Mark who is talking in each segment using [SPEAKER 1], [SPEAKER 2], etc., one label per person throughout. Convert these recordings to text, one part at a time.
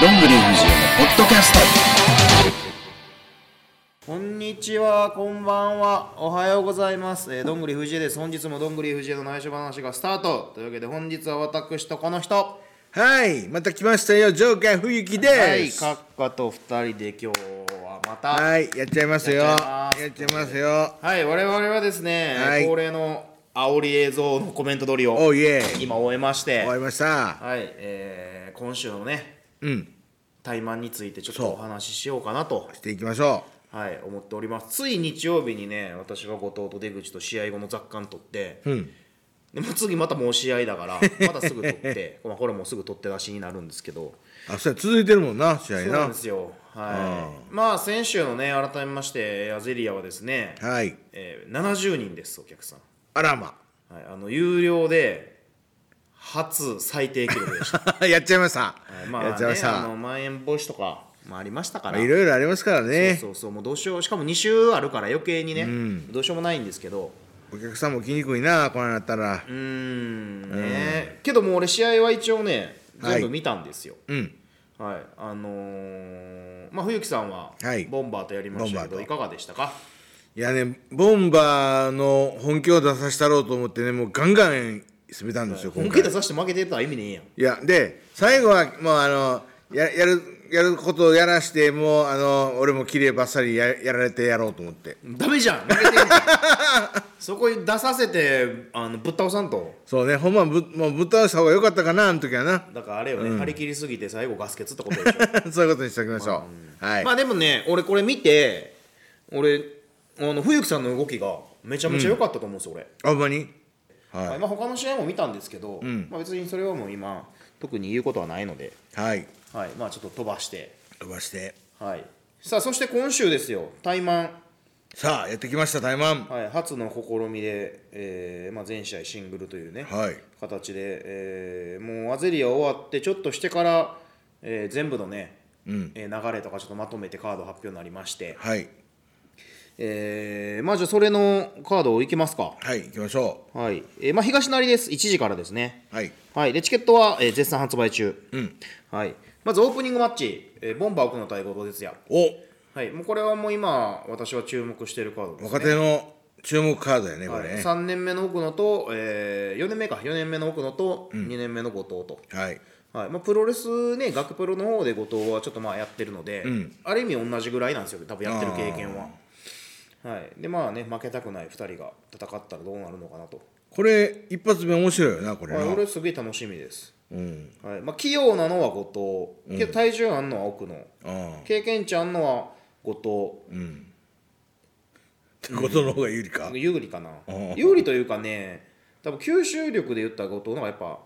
[SPEAKER 1] どんぐり藤江のポッドキャス
[SPEAKER 2] こんにちは、こんばんは、おはようございます。えー、どんぐり藤江です。本日もどんぐり藤江の内緒話がスタート。というわけで、本日は私とこの人。
[SPEAKER 3] はい、また来ましたよ、ジョーカー冬樹
[SPEAKER 2] はい、
[SPEAKER 3] です。
[SPEAKER 2] カ
[SPEAKER 3] は
[SPEAKER 2] ッカと二人で今日はまた。
[SPEAKER 3] い、
[SPEAKER 2] はい、
[SPEAKER 3] やっちゃいますよ。
[SPEAKER 2] や
[SPEAKER 3] や
[SPEAKER 2] っ
[SPEAKER 3] っ
[SPEAKER 2] ちゃいます
[SPEAKER 3] ちゃいますよ。
[SPEAKER 2] 我々はですね、
[SPEAKER 3] はい
[SPEAKER 2] 恒例の煽り映像のコメント撮り
[SPEAKER 3] お
[SPEAKER 2] を
[SPEAKER 3] ういえ、
[SPEAKER 2] 今終えまして、
[SPEAKER 3] 終わ
[SPEAKER 2] はい、
[SPEAKER 3] りました。
[SPEAKER 2] えー今週のね、
[SPEAKER 3] うん、
[SPEAKER 2] 怠慢についてちょっ
[SPEAKER 3] そ
[SPEAKER 2] と
[SPEAKER 3] う
[SPEAKER 2] お話ししようかなと、
[SPEAKER 3] していきましょ
[SPEAKER 2] はい、思っております。つい日曜日にね、私が後藤と出口と試合後の雑感取って、
[SPEAKER 3] う。うん、
[SPEAKER 2] でもう次またもう試合だ からまたすぐ取ってまあこれもうすぐ取って出しになるんですけど
[SPEAKER 3] あ、そうや続いてるもんな、試合
[SPEAKER 2] そうなん
[SPEAKER 3] な
[SPEAKER 2] で。すよはいまあ先週のね改めましてアゼリアはですね、
[SPEAKER 3] はい、
[SPEAKER 2] えー70人ですお客さん、
[SPEAKER 3] あらま。
[SPEAKER 2] はい、あの有料で初最低記録で した、
[SPEAKER 3] やっちゃいました。
[SPEAKER 2] はい
[SPEAKER 3] や
[SPEAKER 2] ま
[SPEAKER 3] っ
[SPEAKER 2] あ,、
[SPEAKER 3] ちゃいま
[SPEAKER 2] ね
[SPEAKER 3] し、
[SPEAKER 2] あ
[SPEAKER 3] た。
[SPEAKER 2] のまん延防止とかもありましたから
[SPEAKER 3] まあいろいろありますからね。
[SPEAKER 2] そうそうもうどうしようしかも2週あるから余計にね、どうしようもないんですけど
[SPEAKER 3] お客さんも来にくいな、このなったら
[SPEAKER 2] う。ーんね、けどもう俺試合は一応ね全
[SPEAKER 3] は
[SPEAKER 2] 部
[SPEAKER 3] い
[SPEAKER 2] 見たんですよ、
[SPEAKER 3] うん、
[SPEAKER 2] はい、あのーまあ冬木さんは
[SPEAKER 3] はい
[SPEAKER 2] ボンバーとやりましたけど、
[SPEAKER 3] ボンバーと
[SPEAKER 2] い、かがでしたか？
[SPEAKER 3] いやね、ボンバーの本気を出させたろうと思ってね、もうガンガン攻めたんですよ。今
[SPEAKER 2] 本
[SPEAKER 3] 回
[SPEAKER 2] 気出さして負けてたら意味ねえやん。
[SPEAKER 3] いやで最後はもうあのややるやることをやらしてもうあの俺も綺麗ばっさりややられてやろうと思って
[SPEAKER 2] ダメじ ゃん。負けてんじゃんそこに出させてあのぶっ倒さんと。
[SPEAKER 3] そうねほんまぶもうぶっ倒した方が良かったかなあの時はな
[SPEAKER 2] だからあれよね、張り切りすぎて最後ガス欠ってことでしょ。
[SPEAKER 3] そういうことにしておきましょう、はい、
[SPEAKER 2] まあでもね、俺これ見て、俺あの冬木さんの動きがめちゃめちゃ良かったと思うんですよ、俺。
[SPEAKER 3] あほんまに
[SPEAKER 2] は
[SPEAKER 3] はい
[SPEAKER 2] まあ他の試合も見たんですけど、まあ別にそれはもう今特に言うことはないので、
[SPEAKER 3] い、はい、
[SPEAKER 2] はい、まあちょっと飛ばして、
[SPEAKER 3] 飛ばして
[SPEAKER 2] はい。さあそして今週ですよ、対マン。
[SPEAKER 3] さあやってきましたタイマン
[SPEAKER 2] はい、初の試みで、えーまあ、全試合シングルというね、
[SPEAKER 3] はい
[SPEAKER 2] 形で、えーもうアゼリア終わってちょっとしてから、えー全部のね、えー流れとかちょっとまとめてカード発表になりまして、
[SPEAKER 3] はい
[SPEAKER 2] えーまあじゃあそれのカードをいきますか、
[SPEAKER 3] はい行きましょ
[SPEAKER 2] はいえーまあ、東成です1時からですね、
[SPEAKER 3] うはい
[SPEAKER 2] はい、でチケットは、えー絶賛発売中、はい、まずオープニングマッチ、えーボンバー奥の対後藤哲也
[SPEAKER 3] お
[SPEAKER 2] はい、もうこれはもう今私は注目しているカードです、ね、
[SPEAKER 3] 若手の注目カードやねこ
[SPEAKER 2] はい、
[SPEAKER 3] れね
[SPEAKER 2] 3年目の奥野と、え4年目か4年目の奥野と2年目の後藤と、
[SPEAKER 3] はい
[SPEAKER 2] はいまあ、プロレスね学プロの方で後藤はちょっとまあやってるので、ある意味同じぐらいなんですよ多分やってる経験は。はい、でまあね負けたくない2人が戦ったらどうなるのかなと、
[SPEAKER 3] これ一発目面白いよなこれ
[SPEAKER 2] はい、
[SPEAKER 3] な
[SPEAKER 2] 俺すげえ楽しみです、
[SPEAKER 3] うん
[SPEAKER 2] はいまあ、器用なのは後藤けど体重あんのは奥野、
[SPEAKER 3] あ
[SPEAKER 2] 経験値あんのは後藤
[SPEAKER 3] ってことの方が有利か
[SPEAKER 2] 有利かな
[SPEAKER 3] うん
[SPEAKER 2] 有利というかね多分吸収力で言ったら後藤の方がやっぱ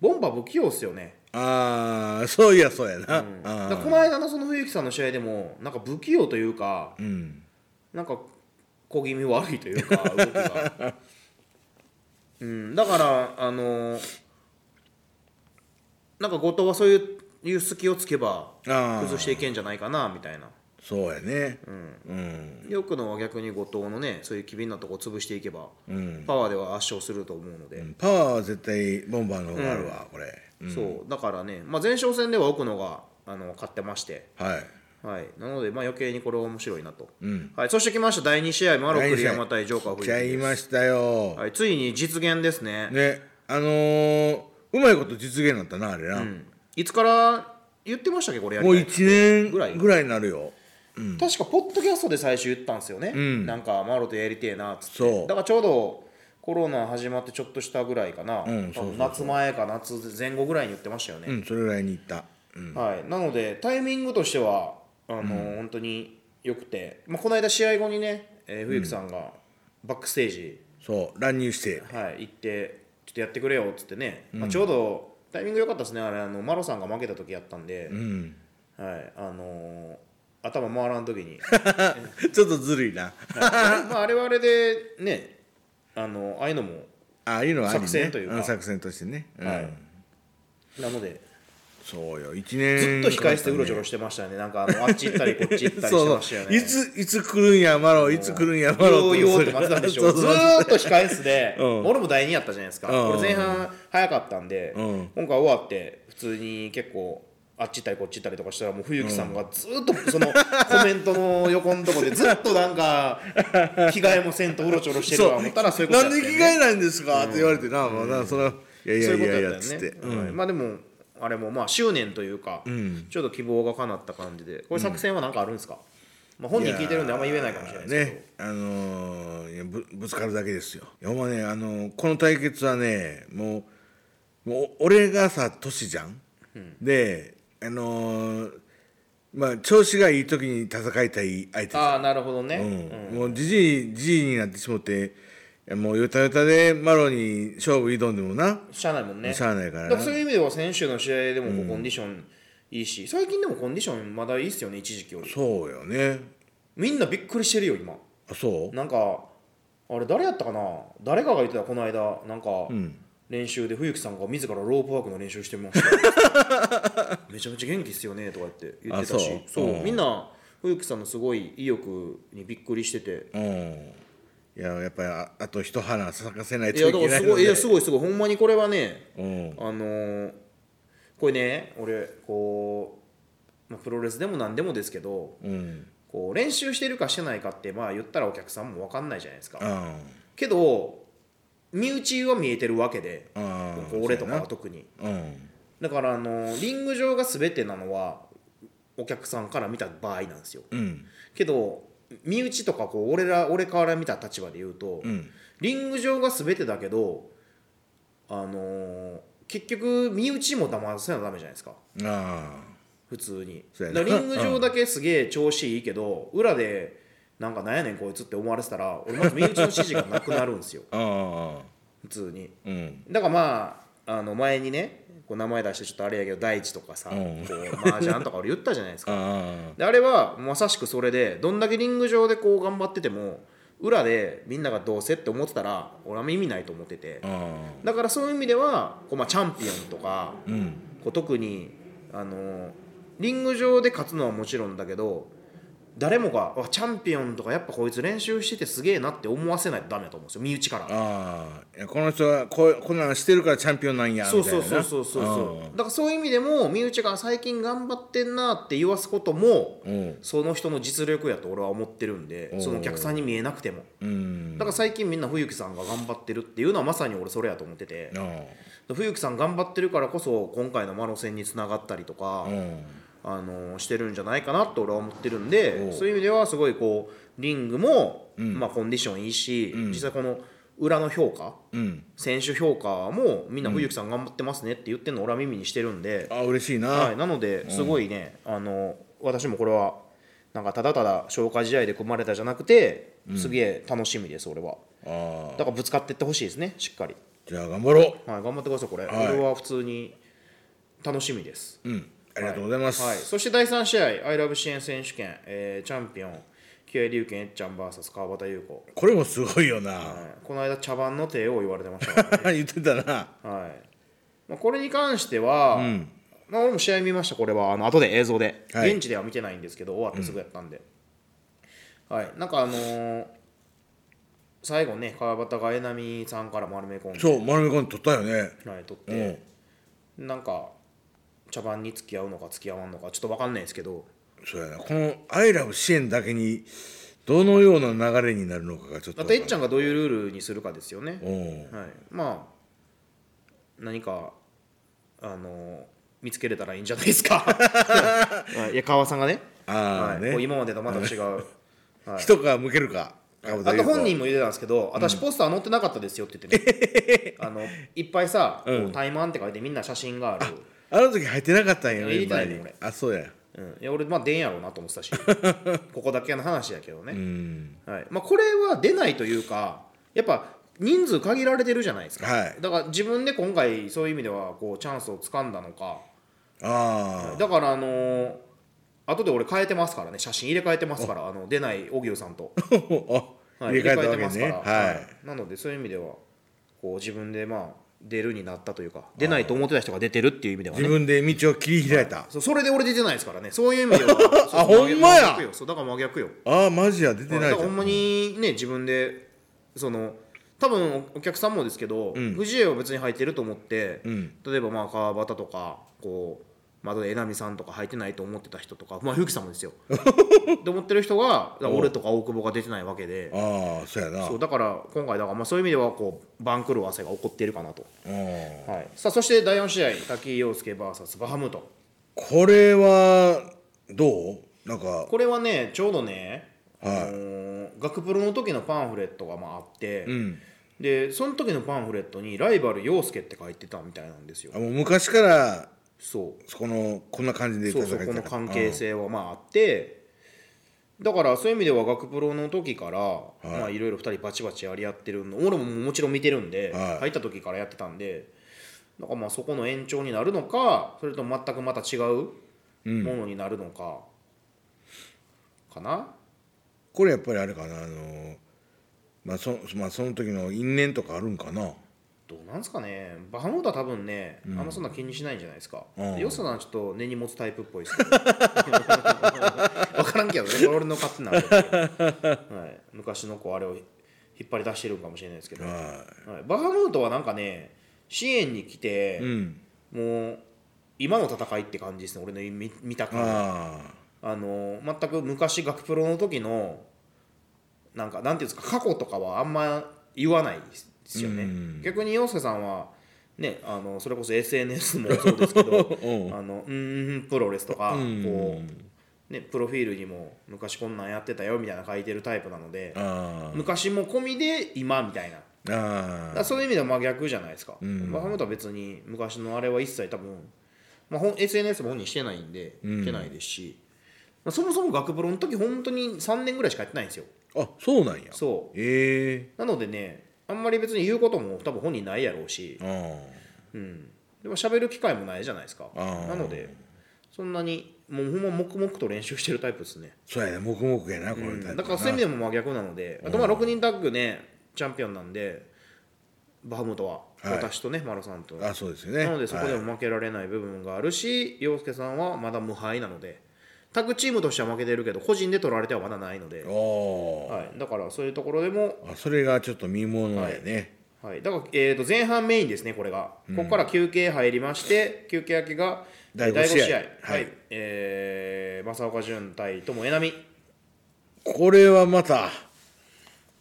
[SPEAKER 2] ボンバー不器用っすよね
[SPEAKER 3] ああそういやそうやな、
[SPEAKER 2] だから
[SPEAKER 3] あ
[SPEAKER 2] この間のその冬木さんの試合でもなんか不器用というか、
[SPEAKER 3] ーうん
[SPEAKER 2] なんか小気味悪いというか 動きが、うん、だからあのーなんか後藤はそういういう隙をつけば
[SPEAKER 3] あ
[SPEAKER 2] 崩
[SPEAKER 3] あ
[SPEAKER 2] していけんじゃないかなみたいな
[SPEAKER 3] そうやねうん
[SPEAKER 2] よくのは逆に後藤のねそういう機敏なとこ潰していけば、
[SPEAKER 3] うん、うん
[SPEAKER 2] パワーでは圧勝すると思うので、
[SPEAKER 3] パワーは絶対ボンバーの方があるわ、これ、うん
[SPEAKER 2] そうだからね、まあ、前哨戦では奥野があの勝ってまして
[SPEAKER 3] はい
[SPEAKER 2] はい、なので、まあ、余計にこれは面白いなと、
[SPEAKER 3] ん
[SPEAKER 2] はい、そして来ました第2試合もある
[SPEAKER 3] 第二
[SPEAKER 2] 栗
[SPEAKER 3] 試合
[SPEAKER 2] 山対ジョーカー
[SPEAKER 3] 来ちゃい
[SPEAKER 2] 冬
[SPEAKER 3] ましたよ、
[SPEAKER 2] はい、ついに実現ですね
[SPEAKER 3] ねあのー、うまいこと実現になったなあれな、
[SPEAKER 2] うん、いつから言ってましたっけこれやり
[SPEAKER 3] もう
[SPEAKER 2] たい
[SPEAKER 3] 1年
[SPEAKER 2] ぐ
[SPEAKER 3] ぐ
[SPEAKER 2] ら
[SPEAKER 3] ら
[SPEAKER 2] い
[SPEAKER 3] いになるよ
[SPEAKER 2] 確かポッドキャストで最初言ったんですよね、なんかマロとやりてえなっつって
[SPEAKER 3] そう
[SPEAKER 2] だからちょうどコロナ始まってちょっとしたぐらいかな、
[SPEAKER 3] んそうそうそう
[SPEAKER 2] 多分夏前か夏前後ぐらいに言ってましたよ
[SPEAKER 3] う
[SPEAKER 2] ね、
[SPEAKER 3] んそれぐらいにいった
[SPEAKER 2] はい、なのでタイミングとしてはあのー本当に良くて、まあ、この間試合後にね、えー冬木さんがバックステージ、
[SPEAKER 3] そう乱入 して
[SPEAKER 2] はい、行ってちょっとやってくれよっつってね、まあ、ちょうどタイミング良かったですねあれあのマロさんが負けた時やったんで、
[SPEAKER 3] うん
[SPEAKER 2] はいあのー頭回らん時に、
[SPEAKER 3] ちょっとずるいな
[SPEAKER 2] まあ、あれはあれでねあのああいうのも、
[SPEAKER 3] ああいうのはあり、ね、
[SPEAKER 2] 作戦というか
[SPEAKER 3] ん作戦としてね、うん
[SPEAKER 2] はいなので
[SPEAKER 3] そうよ1
[SPEAKER 2] ずっ
[SPEAKER 3] 年
[SPEAKER 2] と控え室でうろちょろしてましたよねなんかあのあっち行ったりこっち行ったりしてましたよね
[SPEAKER 3] いついつ来るんやマロいつ来るんやマ
[SPEAKER 2] よ
[SPEAKER 3] ロ
[SPEAKER 2] うようって待ってたんでしょずーっと控え室で、
[SPEAKER 3] うん
[SPEAKER 2] 俺も第2やったじゃないですか、
[SPEAKER 3] うん
[SPEAKER 2] 俺前半早かったんで、
[SPEAKER 3] うん
[SPEAKER 2] 今回終わって普通に結構あっち行ったりこっち行ったりとかしたらもう冬木さんがずっとそのコメントの横のとこでずっとなんか着替えもせんとうろちょろしてるわ思ったらそういうこと
[SPEAKER 3] なんで着替
[SPEAKER 2] え
[SPEAKER 3] えないんですかって言われてな、まあなそのいやい
[SPEAKER 2] そ
[SPEAKER 3] や
[SPEAKER 2] う
[SPEAKER 3] いや
[SPEAKER 2] い
[SPEAKER 3] い
[SPEAKER 2] う
[SPEAKER 3] や
[SPEAKER 2] こ
[SPEAKER 3] っ
[SPEAKER 2] と
[SPEAKER 3] つ
[SPEAKER 2] だ
[SPEAKER 3] っ
[SPEAKER 2] った
[SPEAKER 3] て
[SPEAKER 2] よね、はいまあでもあれもまあ執念というか、ちょっと希望が叶った感じでこれ作戦は何かあるんですか、まあ、本人聞いてるんであんま言えないかもしれないですけど
[SPEAKER 3] ねあのーいやぶぶつかるだけですよいやほんまねあのーこの対決はねもうもう俺がさ年じゃん、であのーまあ調子がいい時に戦いたい相手じゃん
[SPEAKER 2] ああなるほどね、
[SPEAKER 3] うんもうじじいじじいになってしもってもうヨタヨタでマロに勝負挑んでもな
[SPEAKER 2] しゃあないもんね
[SPEAKER 3] しゃあないからな
[SPEAKER 2] だそういう意味では先週の試合でもこうコンディションいいし、最近でもコンディションまだいいっすよね一時期より
[SPEAKER 3] そうよね
[SPEAKER 2] みんなびっくりしてるよ今
[SPEAKER 3] あそう
[SPEAKER 2] なんかあれ誰やったかな誰かが言ってたこの間なんか、練習で冬木さんが自らロープワークの練習してました めちゃめちゃ元気っすよねとか言って言ってたし
[SPEAKER 3] あ
[SPEAKER 2] そ
[SPEAKER 3] そうう
[SPEAKER 2] みんな冬木さんのすごい意欲にびっくりしてて
[SPEAKER 3] うんいややっぱりああと一花咲かせないと
[SPEAKER 2] い
[SPEAKER 3] い
[SPEAKER 2] や
[SPEAKER 3] け
[SPEAKER 2] だから
[SPEAKER 3] ない
[SPEAKER 2] す
[SPEAKER 3] の
[SPEAKER 2] ごい
[SPEAKER 3] で
[SPEAKER 2] いやすごいすごいほんまにこれはね
[SPEAKER 3] うん
[SPEAKER 2] あのーこれね俺こう、まあ、プロレスでも何でもですけど
[SPEAKER 3] うん
[SPEAKER 2] こう練習してるかしてないかってまあ言ったらお客さんも分かんないじゃないですか
[SPEAKER 3] あ
[SPEAKER 2] けど身内は見えてるわけで
[SPEAKER 3] あああ
[SPEAKER 2] こう俺とかは特に
[SPEAKER 3] うん
[SPEAKER 2] だからあのーリング上が全てなのはお客さんから見た場合なんですよ
[SPEAKER 3] うん
[SPEAKER 2] けど身内とかこう俺ら俺から見た立場で言うと、
[SPEAKER 3] うん
[SPEAKER 2] リング上が全てだけどあのー結局身内も騙せなダメじゃないですか
[SPEAKER 3] あ
[SPEAKER 2] 普通に
[SPEAKER 3] そうや
[SPEAKER 2] だ
[SPEAKER 3] な
[SPEAKER 2] からリング上だけすげえ調子いいけど、裏でなんかなんやねんこいつって思われてたら俺まず身内の指示がなくなるんですよ
[SPEAKER 3] あああ
[SPEAKER 2] 普通に
[SPEAKER 3] うん
[SPEAKER 2] だからまああの前にねこう名前出してちょっとあれやけど大地とかさ、
[SPEAKER 3] うん
[SPEAKER 2] こう麻雀とか俺言ったじゃない ですか
[SPEAKER 3] ああ
[SPEAKER 2] であれはまさしくそれでどんだけリング上でこう頑張ってても裏でみんながどうせって思ってたら俺はあんま意味ないと思ってて
[SPEAKER 3] ああ
[SPEAKER 2] だからそういう意味ではこう、まあ、チャンピオンとか
[SPEAKER 3] うん
[SPEAKER 2] こう特にあのリング上で勝つのはもちろんだけど誰もがあチャンピオンとかやっぱこいつ練習しててすげえなって思わせないとダメだと思うんですよ身内から。
[SPEAKER 3] ああいやこの人はこうこんなのしてるからチャンピオンなんや
[SPEAKER 2] そ
[SPEAKER 3] み
[SPEAKER 2] う
[SPEAKER 3] たいな
[SPEAKER 2] そう
[SPEAKER 3] な
[SPEAKER 2] そうそうそう
[SPEAKER 3] あ
[SPEAKER 2] そうだからそういう意味でも身内が最近頑張ってんなって言わすことも
[SPEAKER 3] あうん
[SPEAKER 2] その人の実力やと俺は思ってるんで
[SPEAKER 3] おう
[SPEAKER 2] そのお客さんに見えなくても
[SPEAKER 3] うん
[SPEAKER 2] だから最近みんな冬木さんが頑張ってるっていうのはまさに俺それやと思ってて
[SPEAKER 3] あ
[SPEAKER 2] 冬木さん頑張ってるからこそ今回のマロ戦につながったりとか
[SPEAKER 3] あうん
[SPEAKER 2] あのしてるんじゃないかなと俺は思ってるんで
[SPEAKER 3] おう
[SPEAKER 2] そういう意味ではすごいこうリングもまあコンディションいいし実際この裏の評価
[SPEAKER 3] うん
[SPEAKER 2] 選手評価もみんな冬木さん頑張ってますねって言ってるの俺は耳にしてるんで
[SPEAKER 3] あ嬉しいな、
[SPEAKER 2] はい、なのですごいね、あの私もこれはなんかただただ消化試合で組まれたじゃなくてすげえ楽しみです俺は
[SPEAKER 3] ああ
[SPEAKER 2] だからぶつかってってほしいですねしっかり、
[SPEAKER 3] じゃあ頑張ろ
[SPEAKER 2] はい、頑張ってくださいこれ、
[SPEAKER 3] はい
[SPEAKER 2] これは普通に楽しみです
[SPEAKER 3] ううんありがとうございます、
[SPEAKER 2] はい、そして第3試合「アイラブ支援選手権、えーチャンピオン気合龍拳えっちゃん VS 川端優子、
[SPEAKER 3] これもすごいよな、
[SPEAKER 2] はい、この間茶番の帝王言われてました からね
[SPEAKER 3] 言ってたな
[SPEAKER 2] はいまあ、これに関しては、まあ、俺も試合見ました、これはあの後で映像で、
[SPEAKER 3] はい
[SPEAKER 2] 現地では見てないんですけど、終わってすぐやったんで、はい、なんかあのー最後ね、川端が江波さんから丸め込んで、
[SPEAKER 3] そう丸め込んで撮ったよね
[SPEAKER 2] はい、取っ
[SPEAKER 3] う
[SPEAKER 2] て
[SPEAKER 3] ん、
[SPEAKER 2] なんか茶番に付き合うのか付き合わんのか、ちょっと分かんないですけど、
[SPEAKER 3] そうやなこの「アイラブ支援」だけにどのような流れになるのかがちょっと
[SPEAKER 2] あ
[SPEAKER 3] わ
[SPEAKER 2] と
[SPEAKER 3] か
[SPEAKER 2] え
[SPEAKER 3] ん
[SPEAKER 2] っ
[SPEAKER 3] ない
[SPEAKER 2] ちゃんがどういうルールにするかですよね。
[SPEAKER 3] うん
[SPEAKER 2] はい、まあ何かあのー見つけれたらいいんじゃないです かはいいや川さんがね
[SPEAKER 3] ああね
[SPEAKER 2] はい、こう今までとまた違う
[SPEAKER 3] 人か向けるか川
[SPEAKER 2] あ
[SPEAKER 3] 端
[SPEAKER 2] と
[SPEAKER 3] 優子
[SPEAKER 2] 本人も言ってたんですけど私ポスター載ってなかったですよって言ってねあのいっぱいさ「こうタイマン」って書いてみんな写真がある
[SPEAKER 3] あの時入ってなかったんや
[SPEAKER 2] 入れ
[SPEAKER 3] メ
[SPEAKER 2] て
[SPEAKER 3] ン
[SPEAKER 2] な
[SPEAKER 3] バ
[SPEAKER 2] い
[SPEAKER 3] ー
[SPEAKER 2] もん
[SPEAKER 3] にあそうや
[SPEAKER 2] うん、いや俺まあ出んやろうなと思ってたしここだけの話やけどね、はいまあ、これは出ないというかやっぱ人数限られてるじゃないですか、
[SPEAKER 3] はい
[SPEAKER 2] だから自分で今回そういう意味ではこうチャンスを掴んだのか
[SPEAKER 3] あ
[SPEAKER 2] だからあのー後で俺変えてますからね写真入れ替えてますからあの出ない荻生さん と、
[SPEAKER 3] ああ
[SPEAKER 2] はい
[SPEAKER 3] 入れ替えたわけねは
[SPEAKER 2] なのでそういう意味ではこう自分でまあ出るになったというか出ないと思ってた人が出てるっていう意味ではいね
[SPEAKER 3] 自分で道を切り開いた
[SPEAKER 2] そうそれで俺出てないですからねそういう意味で は
[SPEAKER 3] あほんまや
[SPEAKER 2] 真逆よそうだから真逆よ
[SPEAKER 3] ああマジや出て
[SPEAKER 2] だか
[SPEAKER 3] ない
[SPEAKER 2] ら
[SPEAKER 3] と
[SPEAKER 2] ほんまにね自分でその多分お客さんもですけど、藤江は別に入ってると思って、例えばまあ川端とかこうまだ江波さんとか入ってないと思ってた人とかまあ冬木さんもで すよって思ってる人がだから俺とか大久保が出てないわけで
[SPEAKER 3] ああそうやな
[SPEAKER 2] そうだから今回だからまあそういう意味ではこう番狂わせが起こっているかなと、
[SPEAKER 3] うん
[SPEAKER 2] はい、さあそして第4試合滝井陽介 VS バハムート
[SPEAKER 3] これはどうなんか
[SPEAKER 2] これはねちょうどね、
[SPEAKER 3] はい
[SPEAKER 2] あのー学プロの時のパンフレットがまああって、
[SPEAKER 3] うん
[SPEAKER 2] でその時のパンフレットに「ライバル陽介」って書いてたみたいなんですよ
[SPEAKER 3] あもう昔から
[SPEAKER 2] そう
[SPEAKER 3] そこのこんな感じで
[SPEAKER 2] そうそう
[SPEAKER 3] 戦え
[SPEAKER 2] こ
[SPEAKER 3] て
[SPEAKER 2] の
[SPEAKER 3] た
[SPEAKER 2] 関係性はまああってだからそういう意味では学プロの時から、い、まあいろいろ2人バチバチやり合ってるの俺ももちろん見てるんで、
[SPEAKER 3] はい
[SPEAKER 2] 入った時からやってたんでだからまあそこの延長になるのかそれとも全くまた違うものになるのか、かな
[SPEAKER 3] これやっぱりあれかなあのまあそ,、まあ、その時の因縁とかあるんかな
[SPEAKER 2] どうなんですかねバハムートは多分ね、あんまそんな気にしないんじゃないですか、
[SPEAKER 3] うん
[SPEAKER 2] よそなちょっと根に持つタイプっぽいです けど分からんけどねこれ俺の勝手 なあれですけど、はい、昔のこうあれを引っ張り出してるんかもしれないですけど、はい
[SPEAKER 3] は
[SPEAKER 2] バハムートはなんかね支援に来て
[SPEAKER 3] い、うん
[SPEAKER 2] もう今の戦いって感じですね俺の見見た感じ
[SPEAKER 3] ああ
[SPEAKER 2] あの全く昔学プロの時のなんかなんていうんですか過去とかはあんま言わないですよね、
[SPEAKER 3] うん
[SPEAKER 2] 逆に洋介さんはねあのそれこそ SNS もそうですけど
[SPEAKER 3] うん
[SPEAKER 2] あのうんうんプロレスとか、
[SPEAKER 3] うん
[SPEAKER 2] こうねプロフィールにも昔こんなんやってたよみたいな書いてるタイプなので
[SPEAKER 3] あー
[SPEAKER 2] 昔も込みで今みたいなだから
[SPEAKER 3] あー
[SPEAKER 2] そういう意味では真逆じゃないですか、
[SPEAKER 3] ん
[SPEAKER 2] バハムートは別に昔のあれは一切多分、まあ、本 SNS も本人してないんで、
[SPEAKER 3] うん
[SPEAKER 2] してないですし、まあ、そもそも学プロの時本当に3年ぐらいしかやってないんですよ
[SPEAKER 3] あそうなんや
[SPEAKER 2] そ
[SPEAKER 3] え
[SPEAKER 2] うなのでねあんまり別に言うことも多分本人ないやろうし
[SPEAKER 3] え、あ
[SPEAKER 2] うん、でも喋る機会もないじゃないですか
[SPEAKER 3] あー
[SPEAKER 2] なのでそんなにもうほんま黙々と練習してるタイプですね、
[SPEAKER 3] そうやね黙々やなこれ、
[SPEAKER 2] うんだからそういう意味でも真逆なのであとまあ6人タッグねチャンピオンなんでバハムートは
[SPEAKER 3] はい
[SPEAKER 2] 私とね、マロさんと
[SPEAKER 3] あそうですよね
[SPEAKER 2] なのでそこで
[SPEAKER 3] はい
[SPEAKER 2] も負けられない部分があるし、陽介さんはまだ無敗なのでタッグチームとしては負けてるけど個人で取られてはまだないので、
[SPEAKER 3] おー
[SPEAKER 2] はい、だからそういうところでも、
[SPEAKER 3] あそれがちょっと見ものやね、
[SPEAKER 2] はい、だから、えー、と前半メインですねこれが、ここから休憩入りまして休憩明けが
[SPEAKER 3] 第
[SPEAKER 2] 第
[SPEAKER 3] 五
[SPEAKER 2] 5試合
[SPEAKER 3] 試合
[SPEAKER 2] はい
[SPEAKER 3] はい
[SPEAKER 2] えー正岡潤対友江波、
[SPEAKER 3] これはまた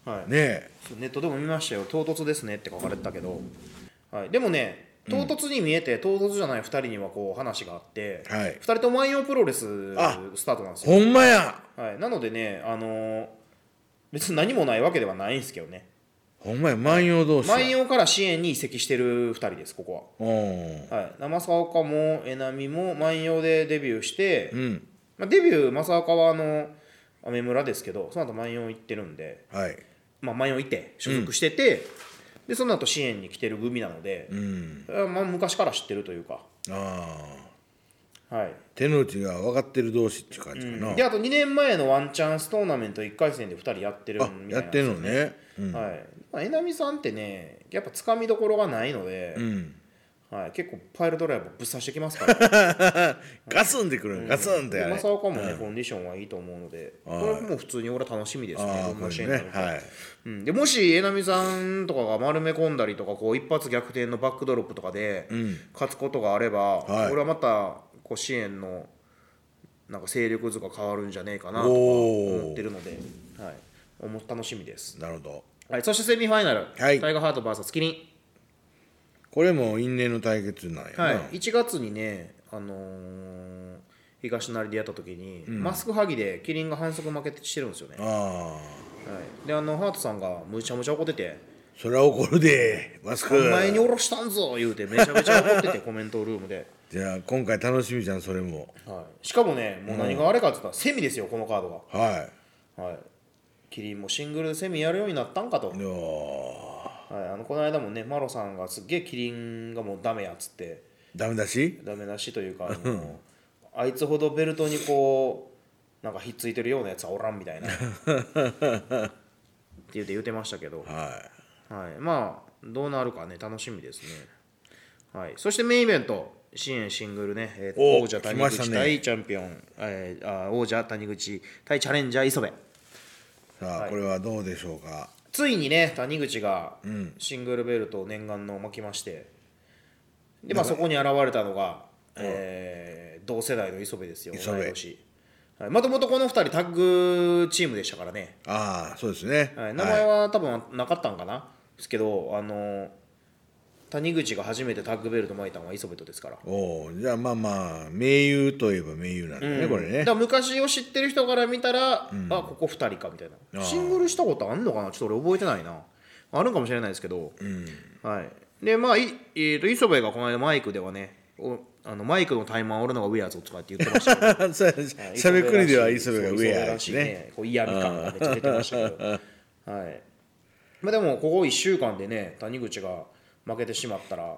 [SPEAKER 2] はい
[SPEAKER 3] ね
[SPEAKER 2] ネットでも見ましたよ唐突ですねって書かれてたけど、はい、でもね唐突に見えて、唐突じゃない2人にはこう話があって、
[SPEAKER 3] はい
[SPEAKER 2] 2人とも万葉プロレス
[SPEAKER 3] あ
[SPEAKER 2] スタートなんですよ
[SPEAKER 3] ほんまや
[SPEAKER 2] はい、なのでね、あのー別に何もないわけではないんですけどね
[SPEAKER 3] ほんまや万葉同士や
[SPEAKER 2] 万葉から支援に移籍してる2人ですここ
[SPEAKER 3] うん
[SPEAKER 2] は、はい、生沢岡も江波も万葉でデビューして、
[SPEAKER 3] うん
[SPEAKER 2] まあ、デビュー正岡はあのアメ村ですけどその後万葉行ってるんで、
[SPEAKER 3] はい
[SPEAKER 2] まあ、万葉いて所属してて、でその後支援に来てる組なので
[SPEAKER 3] う、ん
[SPEAKER 2] あまあ、昔から知ってるというか、
[SPEAKER 3] ああ
[SPEAKER 2] はい、
[SPEAKER 3] 手の内が分かってる同士っていう感じかな、
[SPEAKER 2] であと2年前のワンチャンストーナメント1回戦で2人やってるみたいなんです
[SPEAKER 3] あ
[SPEAKER 2] よ
[SPEAKER 3] やってるのねうん、
[SPEAKER 2] はいまあ、江波さんってねやっぱつかみどころがないので、
[SPEAKER 3] うん、
[SPEAKER 2] はい、結構パイルドライバーぶっ刺してきますから
[SPEAKER 3] ガツンってくる、ガツンって
[SPEAKER 2] で
[SPEAKER 3] あれ
[SPEAKER 2] 正岡もね、コンディションはいいと思うのでこれもう普通に俺は楽しみですね
[SPEAKER 3] ああ
[SPEAKER 2] どん
[SPEAKER 3] こ
[SPEAKER 2] な
[SPEAKER 3] れ
[SPEAKER 2] 試合
[SPEAKER 3] ね
[SPEAKER 2] になるか
[SPEAKER 3] はい
[SPEAKER 2] うん、でもし江波さんとかが丸め込んだりとかこう一発逆転のバックドロップとかで勝つことがあれば、
[SPEAKER 3] はい
[SPEAKER 2] 俺はまたこう支援のなんか勢力図が変わるんじゃねえかなとか
[SPEAKER 3] おー
[SPEAKER 2] 思ってるので、はい、おも楽しみです、
[SPEAKER 3] なるほど
[SPEAKER 2] はい、そしてセミファイナル、
[SPEAKER 3] はい
[SPEAKER 2] タイガーハート VS キリン
[SPEAKER 3] これも因縁の対決なんやな、
[SPEAKER 2] はい、1月にね、あのー東成でやった時に、マスク剥ぎでキリンが反則負けしてるんですよね、は
[SPEAKER 3] ああ
[SPEAKER 2] い、であのハートさんがむちゃむちゃ怒ってて
[SPEAKER 3] それは怒るでマ
[SPEAKER 2] 「
[SPEAKER 3] スク
[SPEAKER 2] お前に下ろしたんぞ」言うてめちゃめちゃ怒って てコメントルームで、
[SPEAKER 3] じゃあ今回楽しみじゃんそれも
[SPEAKER 2] はい、しかもねもう何があれかって言ったらセミですよこのカード
[SPEAKER 3] は
[SPEAKER 2] が、はい、キリンもシングルセミやるようになったんかと
[SPEAKER 3] いい、やー
[SPEAKER 2] はい、あのこの間もねマロさんがすっげえキリンがもうダメやっつって
[SPEAKER 3] ダメだし
[SPEAKER 2] ダメ出しというかあのあいつほどベルトにこうなんかひっついてるようなやつはおらんみたいなって言って言ってましたけど、
[SPEAKER 3] は
[SPEAKER 2] はい、まあどうなるかね楽しみですね、はい、そしてメインイベント支援シングルね、えーと
[SPEAKER 3] お
[SPEAKER 2] 王者谷
[SPEAKER 3] 来ました
[SPEAKER 2] 口
[SPEAKER 3] ね
[SPEAKER 2] 対チャンピオン、えーあー王者谷口対チャレンジャー磯部
[SPEAKER 3] いさあ、これはどうでしょうか
[SPEAKER 2] ついにね谷口がシングルベルトを念願の巻きましてで、まあ、そこに現れたのが、えー同世代の磯部ですよ
[SPEAKER 3] 磯部
[SPEAKER 2] 同い年はいもともとこの2人タッグチームでしたからね、
[SPEAKER 3] ああそうですね、
[SPEAKER 2] はい、名前は多分なかったんかな、ですけどあの谷口が初めてタッグベルト巻いたのは磯部とですから
[SPEAKER 3] おおじゃあまあまあ盟友といえば盟友なんだね、これね
[SPEAKER 2] だから昔を知ってる人から見たら、あここ2人かみたい
[SPEAKER 3] あー
[SPEAKER 2] なシングルしたことあんのかなちょっと俺覚えてないなあるんかもしれないですけど、はい、でまあい、えー、と磯部がこの間マイクではねおあのマイクのタイマン俺のがウェアぞとかって言ってましたけど
[SPEAKER 3] そうやしゃべくりでは磯部が
[SPEAKER 2] そう
[SPEAKER 3] 上や
[SPEAKER 2] ら
[SPEAKER 3] し
[SPEAKER 2] しい
[SPEAKER 3] ね
[SPEAKER 2] こう嫌味感がめっちゃ出てましたけど、はいまあ、でもここ1週間でね谷口が負けてしまったら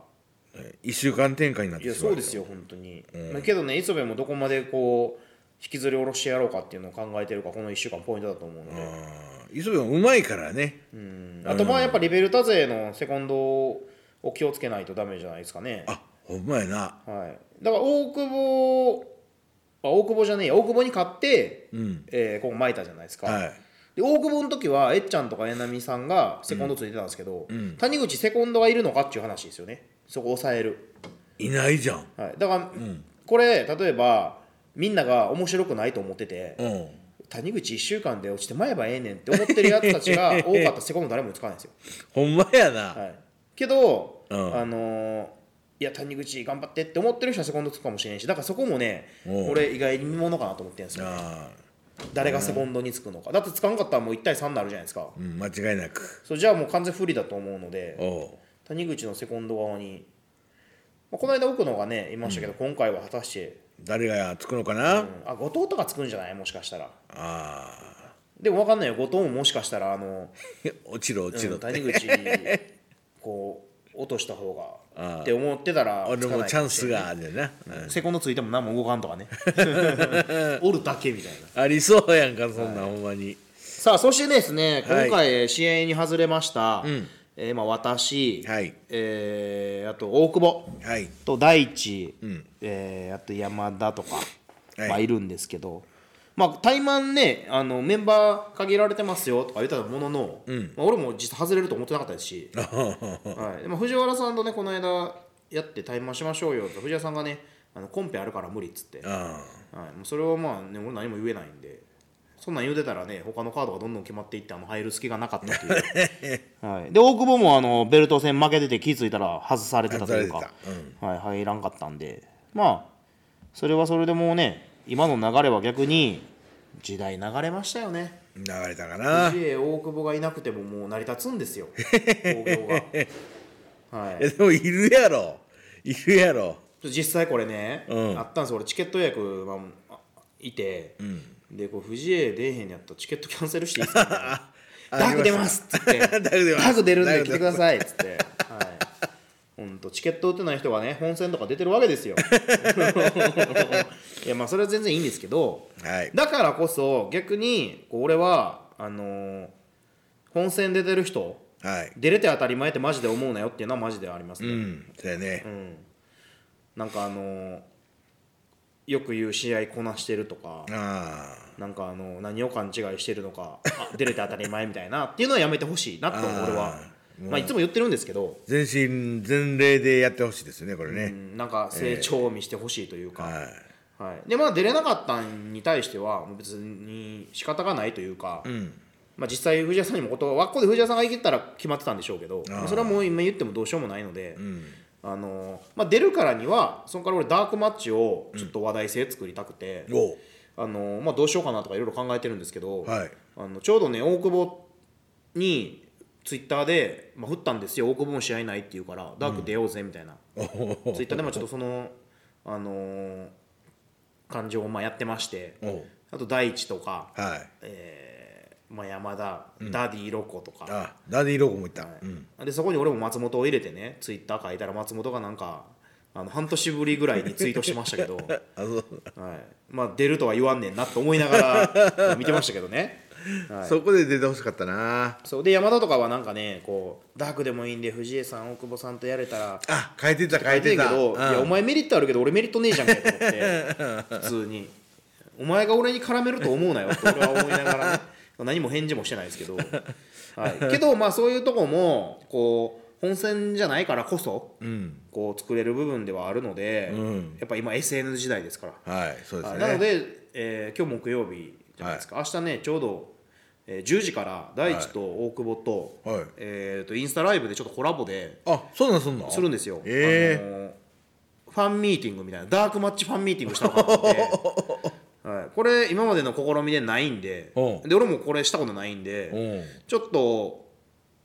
[SPEAKER 3] 一週間展開になっ
[SPEAKER 2] い
[SPEAKER 3] て
[SPEAKER 2] や
[SPEAKER 3] しま
[SPEAKER 2] そう
[SPEAKER 3] う
[SPEAKER 2] ですよ本当に、まあけどね磯部もどこまでこう引きずり下ろしてやろうかっていうのを考えてるかこの1週間ポイントだと思うので、
[SPEAKER 3] うん磯部もうまいからね、
[SPEAKER 2] あとまあやっぱリベルタ勢のセコンドを気をつけないとダメじゃないですかね
[SPEAKER 3] あほんまやな
[SPEAKER 2] はい、だから大久保あ大久保じゃねえや大久保に勝って、えーここ巻いたじゃないですか、
[SPEAKER 3] はい
[SPEAKER 2] で大久保の時はえっちゃんとかえなみさんがセコンドついてたんですけど、谷口セコンドがいるのかっていう話ですよねそこ抑える、
[SPEAKER 3] いないじゃん
[SPEAKER 2] はい、だから、これ例えばみんなが面白くないと思ってて、
[SPEAKER 3] うん
[SPEAKER 2] 谷口1週間で落ちてまえばええねんって思ってるやつたち が多かったセコンド誰も使わないんですよ
[SPEAKER 3] ほんまやな、
[SPEAKER 2] はい、けど、
[SPEAKER 3] うん
[SPEAKER 2] あのーいや谷口頑張ってって思ってる人はセコンドつくかもしれんしだからそこもね
[SPEAKER 3] おう
[SPEAKER 2] 俺意外に見ものかなと思ってるんですよ
[SPEAKER 3] あ
[SPEAKER 2] 誰がセコンドにつくのかだってつかんかったらもう1対3になるじゃないですか
[SPEAKER 3] ーうん、間違いなく
[SPEAKER 2] そうじゃあもう完全不利だと思うので
[SPEAKER 3] おう
[SPEAKER 2] 谷口のセコンド側に、まあ、この間奥野がねいましたけど、今回は果たして、
[SPEAKER 3] 誰がつくのかな、
[SPEAKER 2] うんあ後藤とかつくんじゃないもしかしたら
[SPEAKER 3] あ
[SPEAKER 2] でも分かんないよ後藤ももしかしたらあの
[SPEAKER 3] あ落ちろ落ち
[SPEAKER 2] う
[SPEAKER 3] ろっ
[SPEAKER 2] ん
[SPEAKER 3] て、
[SPEAKER 2] 谷口こう落とした方がって思ってたら
[SPEAKER 3] 俺
[SPEAKER 2] つか
[SPEAKER 3] も
[SPEAKER 2] ない
[SPEAKER 3] チ
[SPEAKER 2] か
[SPEAKER 3] ャン
[SPEAKER 2] もしれ
[SPEAKER 3] ス
[SPEAKER 2] ない
[SPEAKER 3] があるよな、うん
[SPEAKER 2] セコンドついても何も動かんと かねおるだけみたいな
[SPEAKER 3] ありそうやんかそんなん、ほんまに
[SPEAKER 2] さあそしてですね
[SPEAKER 3] はい
[SPEAKER 2] 今回試合に外れました、えーまあ、私、
[SPEAKER 3] はい
[SPEAKER 2] えーあと大久保
[SPEAKER 3] はい
[SPEAKER 2] と大地、えーあと山田とか、
[SPEAKER 3] はい
[SPEAKER 2] まあ、いるんですけどまあ対マンねあのメンバー限られてますよとか言ってたものの、まあ、俺も実際外れると思ってなかったですしはい、でも藤原さんとねこの間やって対マンしましょうよって藤原さんがねあのコンペあるから無理っつって、はい、
[SPEAKER 3] あ
[SPEAKER 2] もうそれはまあね俺何も言えないんでそんなん言うてたらね他のカードがどんどん決まっていってあの入る隙がなかったって いう、はい、で大久保もあのベルト戦負けてて気づいたら外されてたという
[SPEAKER 3] 外
[SPEAKER 2] か
[SPEAKER 3] さ、れ
[SPEAKER 2] はい、入らんかったんでまあそれはそれでもうね今の流れは逆に時代流れましたよね
[SPEAKER 3] ー流れたかな
[SPEAKER 2] 藤江大久保がいなくてももう成り立つんですよ 興行がはい
[SPEAKER 3] えでもいるやろいるやろ
[SPEAKER 2] 実際これね、
[SPEAKER 3] うん
[SPEAKER 2] あったんです俺チケット予約、まあ、あいて、でこう藤江出えへんやったらチケットキャンセルしていいですかみたいなダ ーク出ますっつって
[SPEAKER 3] ダーク出ます
[SPEAKER 2] ダーク出るんで来てくださいっつってはいほんとチケット打ってない人がね本戦とか出てるわけですよ いやまあそれは全然いいんですけど
[SPEAKER 3] はい
[SPEAKER 2] だからこそ逆にこう俺はあのー本戦出てる人
[SPEAKER 3] はい
[SPEAKER 2] 出れて当たり前ってマジで思うなよっていうのはマジでありますね、
[SPEAKER 3] うんそうやね、
[SPEAKER 2] なんかあのーよく言う試合こなしてるとか、
[SPEAKER 3] あ
[SPEAKER 2] なんかあのー何を勘違いしてるのかあ出れて当たり前みたいな っていうのはやめてほしいなと
[SPEAKER 3] あー
[SPEAKER 2] 俺は、まあ、いつも言ってるんですけど、
[SPEAKER 3] あ全身全霊でやってほしいですよねこれ
[SPEAKER 2] う
[SPEAKER 3] ね、
[SPEAKER 2] んなんか成長を見せてほしいというか、
[SPEAKER 3] はい
[SPEAKER 2] はい、でまあ出れなかったんに対してはもう別に仕方がないというか、まあ、実際藤谷さんにもことはここで藤谷さんが言ったら決まってたんでしょうけどまあそれはもう今言ってもどうしようもないので、あのーまあ、出るからにはそこから俺ダークマッチをちょっと話題性作りたくて、
[SPEAKER 3] おう
[SPEAKER 2] あのーまあ、どうしようかなとかいろいろ考えてるんですけど、
[SPEAKER 3] はい
[SPEAKER 2] あのちょうどね大久保にツイッターで、まあ、振ったんですよ大久保も試合ないって言うからダーク出ようぜみたいな。
[SPEAKER 3] おう
[SPEAKER 2] ツイッターでもちょっとその、あのー感情をまあやってまして
[SPEAKER 3] おう
[SPEAKER 2] あと大地とか、
[SPEAKER 3] はい
[SPEAKER 2] えーまあ、山田、ダディロコとか、
[SPEAKER 3] あダディロコもいった、うん
[SPEAKER 2] でそこに俺も松本を入れてねツイッター書いたら松本がなんかあの半年ぶりぐらいにツイートしてました けど、はい
[SPEAKER 3] あそう
[SPEAKER 2] まあ、出るとは言わんねんなと思いながら 見てましたけどね。はい
[SPEAKER 3] そこで出てほしかったな
[SPEAKER 2] そうで山田とかはなんかねこうダークでもいいんで藤江さん大久保さんとやれたら
[SPEAKER 3] あ変えてた変
[SPEAKER 2] 書
[SPEAKER 3] え
[SPEAKER 2] いて
[SPEAKER 3] て
[SPEAKER 2] るけ
[SPEAKER 3] た
[SPEAKER 2] ど、
[SPEAKER 3] うん
[SPEAKER 2] いやお前メリットあるけど俺メリットねえじゃんけと思って 普通にお前が俺に絡めると思うなよって俺は思いなが らね何も返事もしてないですけど、はい、けどまあそういうとこもこう本戦じゃないからこそ、
[SPEAKER 3] うん
[SPEAKER 2] こう作れる部分ではあるので、
[SPEAKER 3] うん
[SPEAKER 2] やっぱ今 SN 時代ですから、
[SPEAKER 3] はいそうです
[SPEAKER 2] は
[SPEAKER 3] ね
[SPEAKER 2] いなので、えー今日木曜日じゃないですか、明日ねちょうど、えー10時から大地と大久保と,、
[SPEAKER 3] はい
[SPEAKER 2] えー、とインスタライブでちょっとコラボで
[SPEAKER 3] あそうなんそんなん
[SPEAKER 2] するんですよ、
[SPEAKER 3] ええ
[SPEAKER 2] あのーファンミーティングみたいなダークマッチファンミーティングしたのか なと思って、はい、これ今までの試みでないんで
[SPEAKER 3] うん
[SPEAKER 2] で俺もこれしたことないんで
[SPEAKER 3] うん
[SPEAKER 2] ちょっと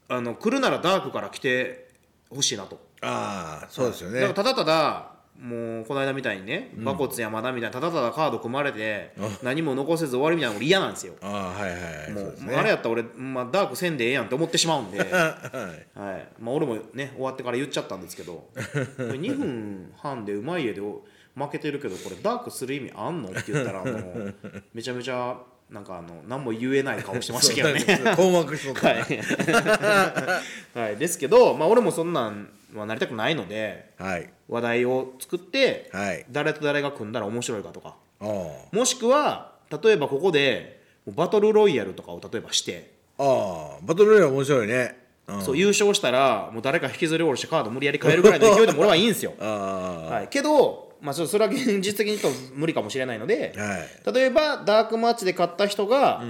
[SPEAKER 2] あの来るならダークから来てほしいなと。
[SPEAKER 3] ああそうですよね、
[SPEAKER 2] だからただただもうこの間みたいにね馬骨山田みたいなただただカード組まれて何も残せず終わりみたいなの俺嫌なんですよ。
[SPEAKER 3] ああはいはいはい
[SPEAKER 2] も
[SPEAKER 3] そう
[SPEAKER 2] う
[SPEAKER 3] です
[SPEAKER 2] もう
[SPEAKER 3] ね
[SPEAKER 2] あれやったら俺、まあ、ダークせんでええやんって思ってしまうんで、はい
[SPEAKER 3] はい
[SPEAKER 2] まあ、俺もね終わってから言っちゃったんですけど 2分半でうまい絵で負けてるけどこれダークする意味あんのって言ったらあ のめちゃめちゃなんかあの何も言えない顔してましたけどね。
[SPEAKER 3] そう 困惑しと ったはい、
[SPEAKER 2] はい、 はい、ですけど、まあ、俺もそんなんはなりたくないので
[SPEAKER 3] はい
[SPEAKER 2] 話題を作って、
[SPEAKER 3] はい
[SPEAKER 2] 誰と誰が組んだら面白いかとか
[SPEAKER 3] あー
[SPEAKER 2] もしくは例えばここでバトルロイヤルとかを例えばして、
[SPEAKER 3] あーバトルロイヤル面白いね、うん、、
[SPEAKER 2] そう優勝したらもう誰か引きずり下ろしてカード無理やり変えるぐらいの勢いでも俺はいいんですよ
[SPEAKER 3] あ
[SPEAKER 2] はい、けど、まあ、ちょっとそれは現実的に言うと無理かもしれないので
[SPEAKER 3] あ、はい
[SPEAKER 2] 例えばダークマッチで勝った人が、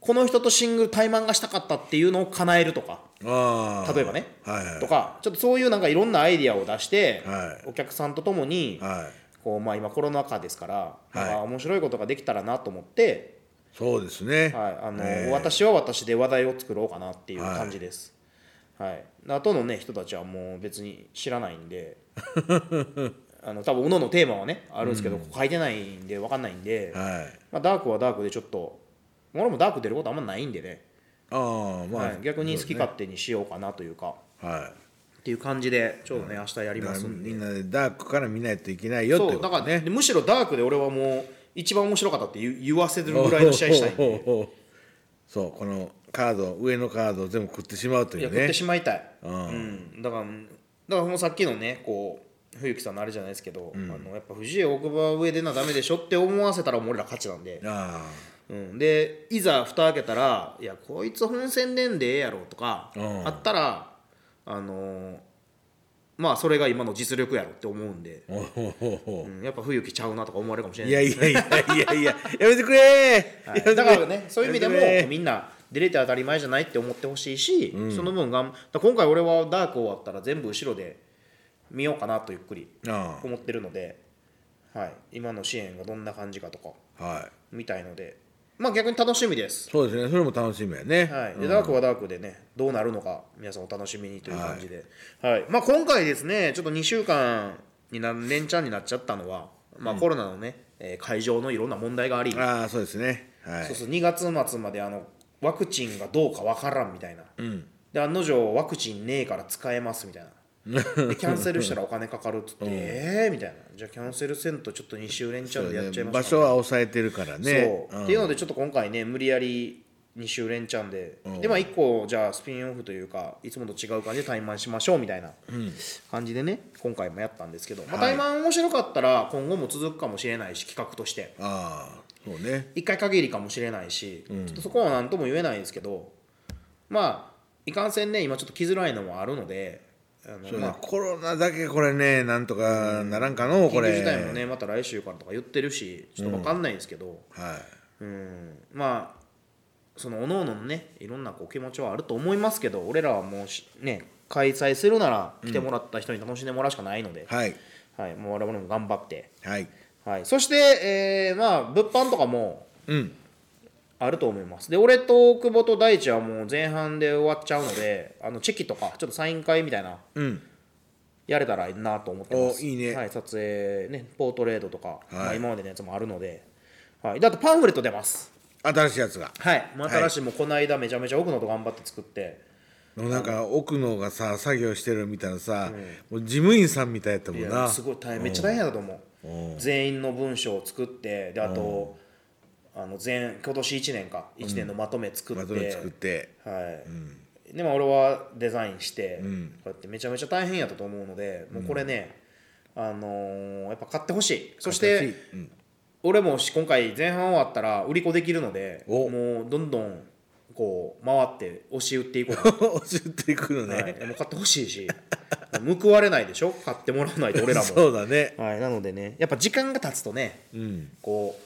[SPEAKER 2] この人とシングル対マンがしたかったっていうのを叶えるとか
[SPEAKER 3] ああ
[SPEAKER 2] 例えばね、
[SPEAKER 3] はいはい
[SPEAKER 2] とかちょっとそういうなんかいろんなアイディアを出して、
[SPEAKER 3] はい
[SPEAKER 2] お客さんと共に、
[SPEAKER 3] はい
[SPEAKER 2] こうまあ、今コロナ禍ですから、
[SPEAKER 3] い
[SPEAKER 2] なんか面白いことができたらなと思って、
[SPEAKER 3] そうですね
[SPEAKER 2] はいあの
[SPEAKER 3] ええ
[SPEAKER 2] 私は私で話題を作ろうかなっていう感じです。はいあとの、ね、人たちはもう別に知らないん であの多分おののテーマはねあるんですけど、ここ書いてないんで分かんないんで、
[SPEAKER 3] はい
[SPEAKER 2] まあ、ダークはダークでちょっと俺もダーク出ることあんまないんでね、
[SPEAKER 3] ああまあ、
[SPEAKER 2] はい、逆に好き勝手にしようかなというか。
[SPEAKER 3] 手は
[SPEAKER 2] っていう感じでちょうどね明日や
[SPEAKER 3] い
[SPEAKER 2] り
[SPEAKER 3] だ
[SPEAKER 2] ま
[SPEAKER 3] から
[SPEAKER 2] すんで
[SPEAKER 3] みんなでダークから見ないといけないよって
[SPEAKER 2] そうだからねむしろダークで俺はもう一番面白かったって言う言わせるぐらいの試合したいん
[SPEAKER 3] おうおう
[SPEAKER 2] で
[SPEAKER 3] おうおう そうこのカード上のカードを全部食ってしまうと
[SPEAKER 2] い
[SPEAKER 3] い
[SPEAKER 2] や
[SPEAKER 3] う
[SPEAKER 2] 食っ
[SPEAKER 3] ね
[SPEAKER 2] てしまいたい、
[SPEAKER 3] う
[SPEAKER 2] うんん、だからだからもうさっきのねこう冬木さんのあれじゃないですけど、あのやっぱ藤井大久保は上でなダメでしょって思わせたらもう俺ら勝ちなんで、
[SPEAKER 3] あ
[SPEAKER 2] うん、でいざ蓋開けたらいやこいつ本戦でんでええやろとか、
[SPEAKER 3] うん
[SPEAKER 2] あったらあのーまあそれが今の実力やろって思うんで、
[SPEAKER 3] あおうおうおう
[SPEAKER 2] うん、やっぱ冬木ちゃうなとか思われるかもしれないいです
[SPEAKER 3] やいやいやいやいややめてくれー、
[SPEAKER 2] はい
[SPEAKER 3] やめてくれー
[SPEAKER 2] だからねそういう意味でも
[SPEAKER 3] やめてくれ
[SPEAKER 2] みんな出れて当たり前じゃないって思ってほしいし、その分がんだから今回俺はダーク終わったら全部後ろで見ようかなとゆっくり
[SPEAKER 3] ーあ
[SPEAKER 2] 思ってるので、はい、今の支援がどんな感じかとか
[SPEAKER 3] あはい
[SPEAKER 2] みたいのでまあ逆に楽しみです、
[SPEAKER 3] そうですねそれも楽しみやね
[SPEAKER 2] はい、
[SPEAKER 3] う
[SPEAKER 2] で
[SPEAKER 3] ん
[SPEAKER 2] ダークはダークでねどうなるのか皆さんお楽しみにという感じで、はいまあ、今回ですねちょっと2週間にな連チャンになっちゃったのは、まあ、コロナのね、えー会場のいろんな問題があり、
[SPEAKER 3] ああそうですねはい
[SPEAKER 2] そうそう2月末まであのワクチンがどうかわからんみたいな、
[SPEAKER 3] ん
[SPEAKER 2] で案の定ワクチンねえから使えますみたいなでキャンセルしたらお金かかるっつ って、ええー、みたいなじゃあキャンセルせんとちょっと2週連チャンでやっちゃいました
[SPEAKER 3] 場所は抑えてるからね
[SPEAKER 2] そう、
[SPEAKER 3] ん
[SPEAKER 2] っていうのでちょっと今回ね無理やり2週連チャンで、でまあ1個じゃあスピンオフというかいつもと違う感じで対マンしましょうみたいな感じでね、今回もやったんですけど、まあ、対マン面白かったら今後も続くかもしれないし企画として。
[SPEAKER 3] ああそうね
[SPEAKER 2] 一回限りかもしれないし、ちょっとそこは何とも言えないですけどまあいかんせんね今ちょっと来づらいのもあるのであの
[SPEAKER 3] そうね
[SPEAKER 2] まあ
[SPEAKER 3] コロナだけこれねなんとかならんかのこ
[SPEAKER 2] 緊
[SPEAKER 3] れ
[SPEAKER 2] 急事態もねまた来週からとか言ってるしちょっと分かんないですけど、
[SPEAKER 3] は
[SPEAKER 2] う
[SPEAKER 3] い
[SPEAKER 2] んまあその各々のねいろんなこう気持ちはあると思いますけど俺らはもうしね開催するなら来てもらった人に楽しんでもらうしかないので、
[SPEAKER 3] はい
[SPEAKER 2] はい、もう我々も頑張って、
[SPEAKER 3] はい
[SPEAKER 2] はい、そして、えーまあ物販とかも
[SPEAKER 3] うん
[SPEAKER 2] あると思いますで俺と大久保と大地はもう前半で終わっちゃうのであのチェキとかちょっとサイン会みたいな
[SPEAKER 3] うん
[SPEAKER 2] やれたらいいなと思ってます
[SPEAKER 3] おいいね
[SPEAKER 2] はい、撮影ねポートレートとか、まあ
[SPEAKER 3] はい
[SPEAKER 2] 今までのやつもあるので、はい、だとパンフレット出ます
[SPEAKER 3] 新しいやつが
[SPEAKER 2] はい新しいもうこの間めちゃめちゃ奥のと頑張って作って
[SPEAKER 3] のなんか奥のがさ作業してるみたいなさ、もう事務員さんみたいやったも
[SPEAKER 2] い
[SPEAKER 3] ん
[SPEAKER 2] や
[SPEAKER 3] な
[SPEAKER 2] すごい大変めっちゃ大変だと思
[SPEAKER 3] う
[SPEAKER 2] う全員の文章を作ってであとあの前今年1年か1年のまとめ作
[SPEAKER 3] ま
[SPEAKER 2] っ
[SPEAKER 3] と
[SPEAKER 2] て、
[SPEAKER 3] め作って
[SPEAKER 2] はいでも俺はデザインして、こうやってめちゃめちゃ大変やったと思うのでもうこれね、あのーやっぱ買ってほしいそして俺もし今回前半終わったら売り子できるので
[SPEAKER 3] お
[SPEAKER 2] もうどんどんこう回って押し売っていこうかな
[SPEAKER 3] 教えていくのね、
[SPEAKER 2] はいでも買ってほしいし報われないでしょ買ってもらわないと俺らも、
[SPEAKER 3] そうだね
[SPEAKER 2] はい、なのでねやっぱ時間が経つとね、こ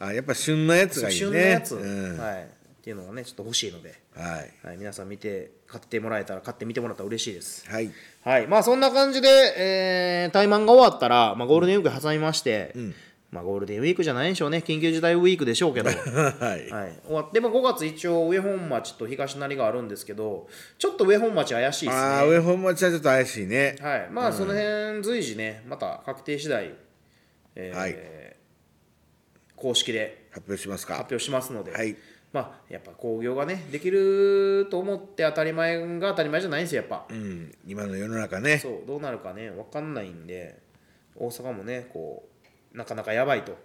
[SPEAKER 3] あやっぱ旬なやつ
[SPEAKER 2] う
[SPEAKER 3] がいいね
[SPEAKER 2] 旬のやつ、
[SPEAKER 3] うんは
[SPEAKER 2] はい、っていうのがねちょっと欲しいので、
[SPEAKER 3] い、はい
[SPEAKER 2] はい、皆さん見て買ってもらえたら買ってみてもらったら嬉しいですはいまあそんな感じで、えー、対マンが終わったら、まあ、ゴールデンウィーク挟みまして、まあ、ゴールデンウィークじゃないでしょうね緊急事態ウィークでしょうけど
[SPEAKER 3] はい
[SPEAKER 2] はい、終わって、まあ、5月一応上本町と東成があるんですけどちょっと上本町怪しいですね
[SPEAKER 3] ああ上本町はちょっと怪しいね
[SPEAKER 2] はい、まあその辺随時ねまた確定次第、えー
[SPEAKER 3] はい
[SPEAKER 2] 公式で
[SPEAKER 3] 発表しますか
[SPEAKER 2] 発表しますので、
[SPEAKER 3] はい
[SPEAKER 2] まあやっぱ興行がねできると思って当たり前が当たり前じゃないんですよやっぱ、
[SPEAKER 3] うん今の世の中ね
[SPEAKER 2] そうどうなるかね分かんないんで大阪もねこうなかなかやばいと、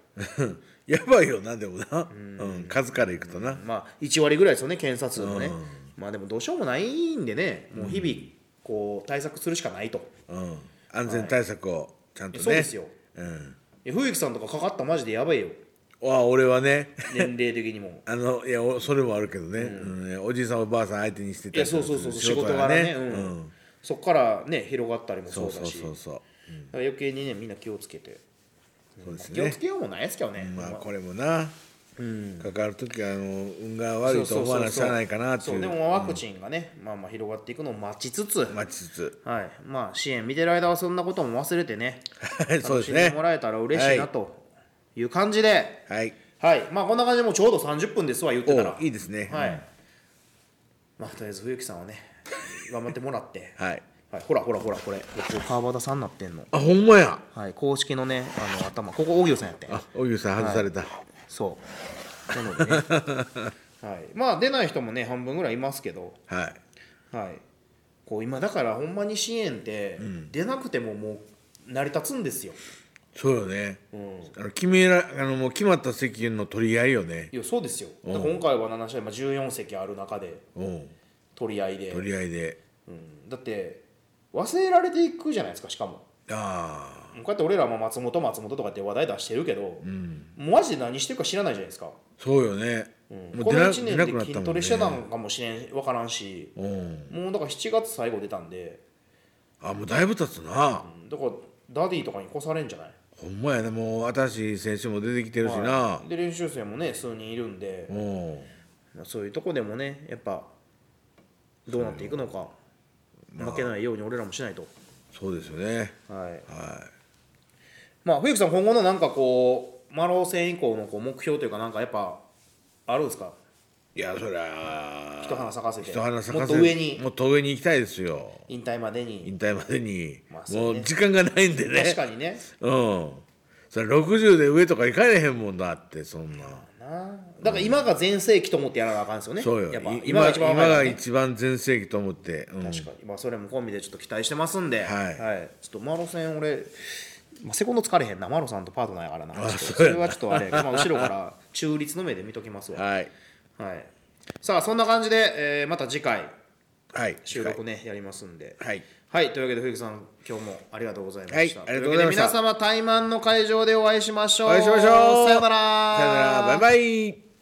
[SPEAKER 3] やばいよなでもな、うん、数からいくとな
[SPEAKER 2] まあ1割ぐらいですよね検査数もね、まあでもどうしようもないんでねもう日々こう対策するしかないと、
[SPEAKER 3] うん安全対策をちゃんとね、
[SPEAKER 2] そうですよ
[SPEAKER 3] うん
[SPEAKER 2] いや冬木さんとかかかったマジでや ばいよ
[SPEAKER 3] わあ俺はね
[SPEAKER 2] 年齢的にも
[SPEAKER 3] あのいやおそれもあるけどね、うんおじいさんおばあさん相手にして
[SPEAKER 2] い
[SPEAKER 3] た
[SPEAKER 2] や
[SPEAKER 3] り
[SPEAKER 2] そ
[SPEAKER 3] す
[SPEAKER 2] う
[SPEAKER 3] る
[SPEAKER 2] そうそうそう仕事柄ねうんそこからね広がったりもそ
[SPEAKER 3] そうう
[SPEAKER 2] だし
[SPEAKER 3] そうそうそう
[SPEAKER 2] だから余計にねみんな気をつけて、
[SPEAKER 3] そうです
[SPEAKER 2] 気を
[SPEAKER 3] ね
[SPEAKER 2] つけようもないですけどね、
[SPEAKER 3] まあ
[SPEAKER 2] まあ
[SPEAKER 3] これもな、かかる時はあの運が悪いと
[SPEAKER 2] そう
[SPEAKER 3] 思
[SPEAKER 2] そう
[SPEAKER 3] わ
[SPEAKER 2] そう
[SPEAKER 3] なしゃあないかなって
[SPEAKER 2] そ
[SPEAKER 3] いうう
[SPEAKER 2] でもワクチンがね、まあまあ広がっていくのを待ちつつ、
[SPEAKER 3] 待ちつつ
[SPEAKER 2] はいまあ支援見てる間はそんなことも忘れてね
[SPEAKER 3] はいそう
[SPEAKER 2] 楽
[SPEAKER 3] です
[SPEAKER 2] しん
[SPEAKER 3] ね
[SPEAKER 2] でもらえたら嬉しいなという感じで
[SPEAKER 3] はい
[SPEAKER 2] はい、まあこんな感じでもうちょうど30分ですわ言ってたら
[SPEAKER 3] おいいですね
[SPEAKER 2] はい、まあとりあえず冬木さんはね頑張ってもらって、
[SPEAKER 3] はい
[SPEAKER 2] はい、ほらほらほらこれここ川端さんになってんの
[SPEAKER 3] あほんまや
[SPEAKER 2] はい、公式のね、あの頭、ここ、荻生さんやってん
[SPEAKER 3] あおゆさん外された、
[SPEAKER 2] そう。なのでね、はい、まあ、出ない人もね、半分ぐらいいますけど、
[SPEAKER 3] はい
[SPEAKER 2] はい、こう今、だから、ほんまに支援って、出なくてももう成り立つんですよ。
[SPEAKER 3] そうよね、
[SPEAKER 2] ん
[SPEAKER 3] あの決めらあのもう決まった席の取り合いよね
[SPEAKER 2] いや、そうですよ。
[SPEAKER 3] うん
[SPEAKER 2] だから今回は7試合、まあ、14席ある中で、
[SPEAKER 3] うん
[SPEAKER 2] 取り合いで、
[SPEAKER 3] 取り合いで
[SPEAKER 2] うんだって、忘れられていくじゃないですか、しかも。
[SPEAKER 3] ああ
[SPEAKER 2] こうやって俺らも松本、松本とかって話題出してるけど、マジで何してるか知らないじゃないですか。
[SPEAKER 3] そうよね、
[SPEAKER 2] この
[SPEAKER 3] な
[SPEAKER 2] 1年で筋トレしてたのかもしれん分からんし
[SPEAKER 3] うん
[SPEAKER 2] もうだから7月最後出たんで
[SPEAKER 3] あもうだいぶ経つな、
[SPEAKER 2] うんだからダディとかに越されんじゃない
[SPEAKER 3] ほんまやねもう新しい選手も出てきてるしな、
[SPEAKER 2] はいで練習生もね数人いるんで
[SPEAKER 3] うん
[SPEAKER 2] そういうとこでもねやっぱどうなっていくのか負けないように俺らもしないと
[SPEAKER 3] そうですよね
[SPEAKER 2] はい
[SPEAKER 3] は
[SPEAKER 2] まあ冬木さん今後のなんかこうマロー戦以降のこう目標というかなんかやっぱあるんですか
[SPEAKER 3] いいやそりゃ
[SPEAKER 2] 一花咲かせて
[SPEAKER 3] 一花咲かせ
[SPEAKER 2] もっと上に
[SPEAKER 3] もっと上に行きたいですよ
[SPEAKER 2] 引退までに
[SPEAKER 3] 引退までに、
[SPEAKER 2] まあ
[SPEAKER 3] も
[SPEAKER 2] そうね
[SPEAKER 3] う時間がないんでね
[SPEAKER 2] 確かにね
[SPEAKER 3] うんそれ60で上とか行かれへんもんだってそんな
[SPEAKER 2] なあだから今が全盛期と思ってやらなあかんですよね
[SPEAKER 3] そうよ
[SPEAKER 2] やっぱ
[SPEAKER 3] い
[SPEAKER 2] 今が一番
[SPEAKER 3] 今
[SPEAKER 2] 若いから
[SPEAKER 3] が
[SPEAKER 2] ね
[SPEAKER 3] 一番全盛期と思って、うん、
[SPEAKER 2] 確かに、まあ、それも込みでちょっと期待してますんで、
[SPEAKER 3] はい
[SPEAKER 2] ちょっとマロ戦、俺、まあ、セコンド疲れへんな、マロさんとパートナーやからな、ちょっと
[SPEAKER 3] そう
[SPEAKER 2] それはちょっとあれ、まあ、後ろから中立の目で見ときますわ。
[SPEAKER 3] はい
[SPEAKER 2] はい、さあ、そんな感じで、えーまた次回、
[SPEAKER 3] はい
[SPEAKER 2] 収録ね、やりますんで。
[SPEAKER 3] はい
[SPEAKER 2] はい、というわけで、藤木さん、今日もありがとうございました。
[SPEAKER 3] はいありがとうございました
[SPEAKER 2] というわけで皆様、対マンの会場でお会いしましょう。
[SPEAKER 3] お会いしましょう
[SPEAKER 2] さよなら。
[SPEAKER 3] さよならバイバイ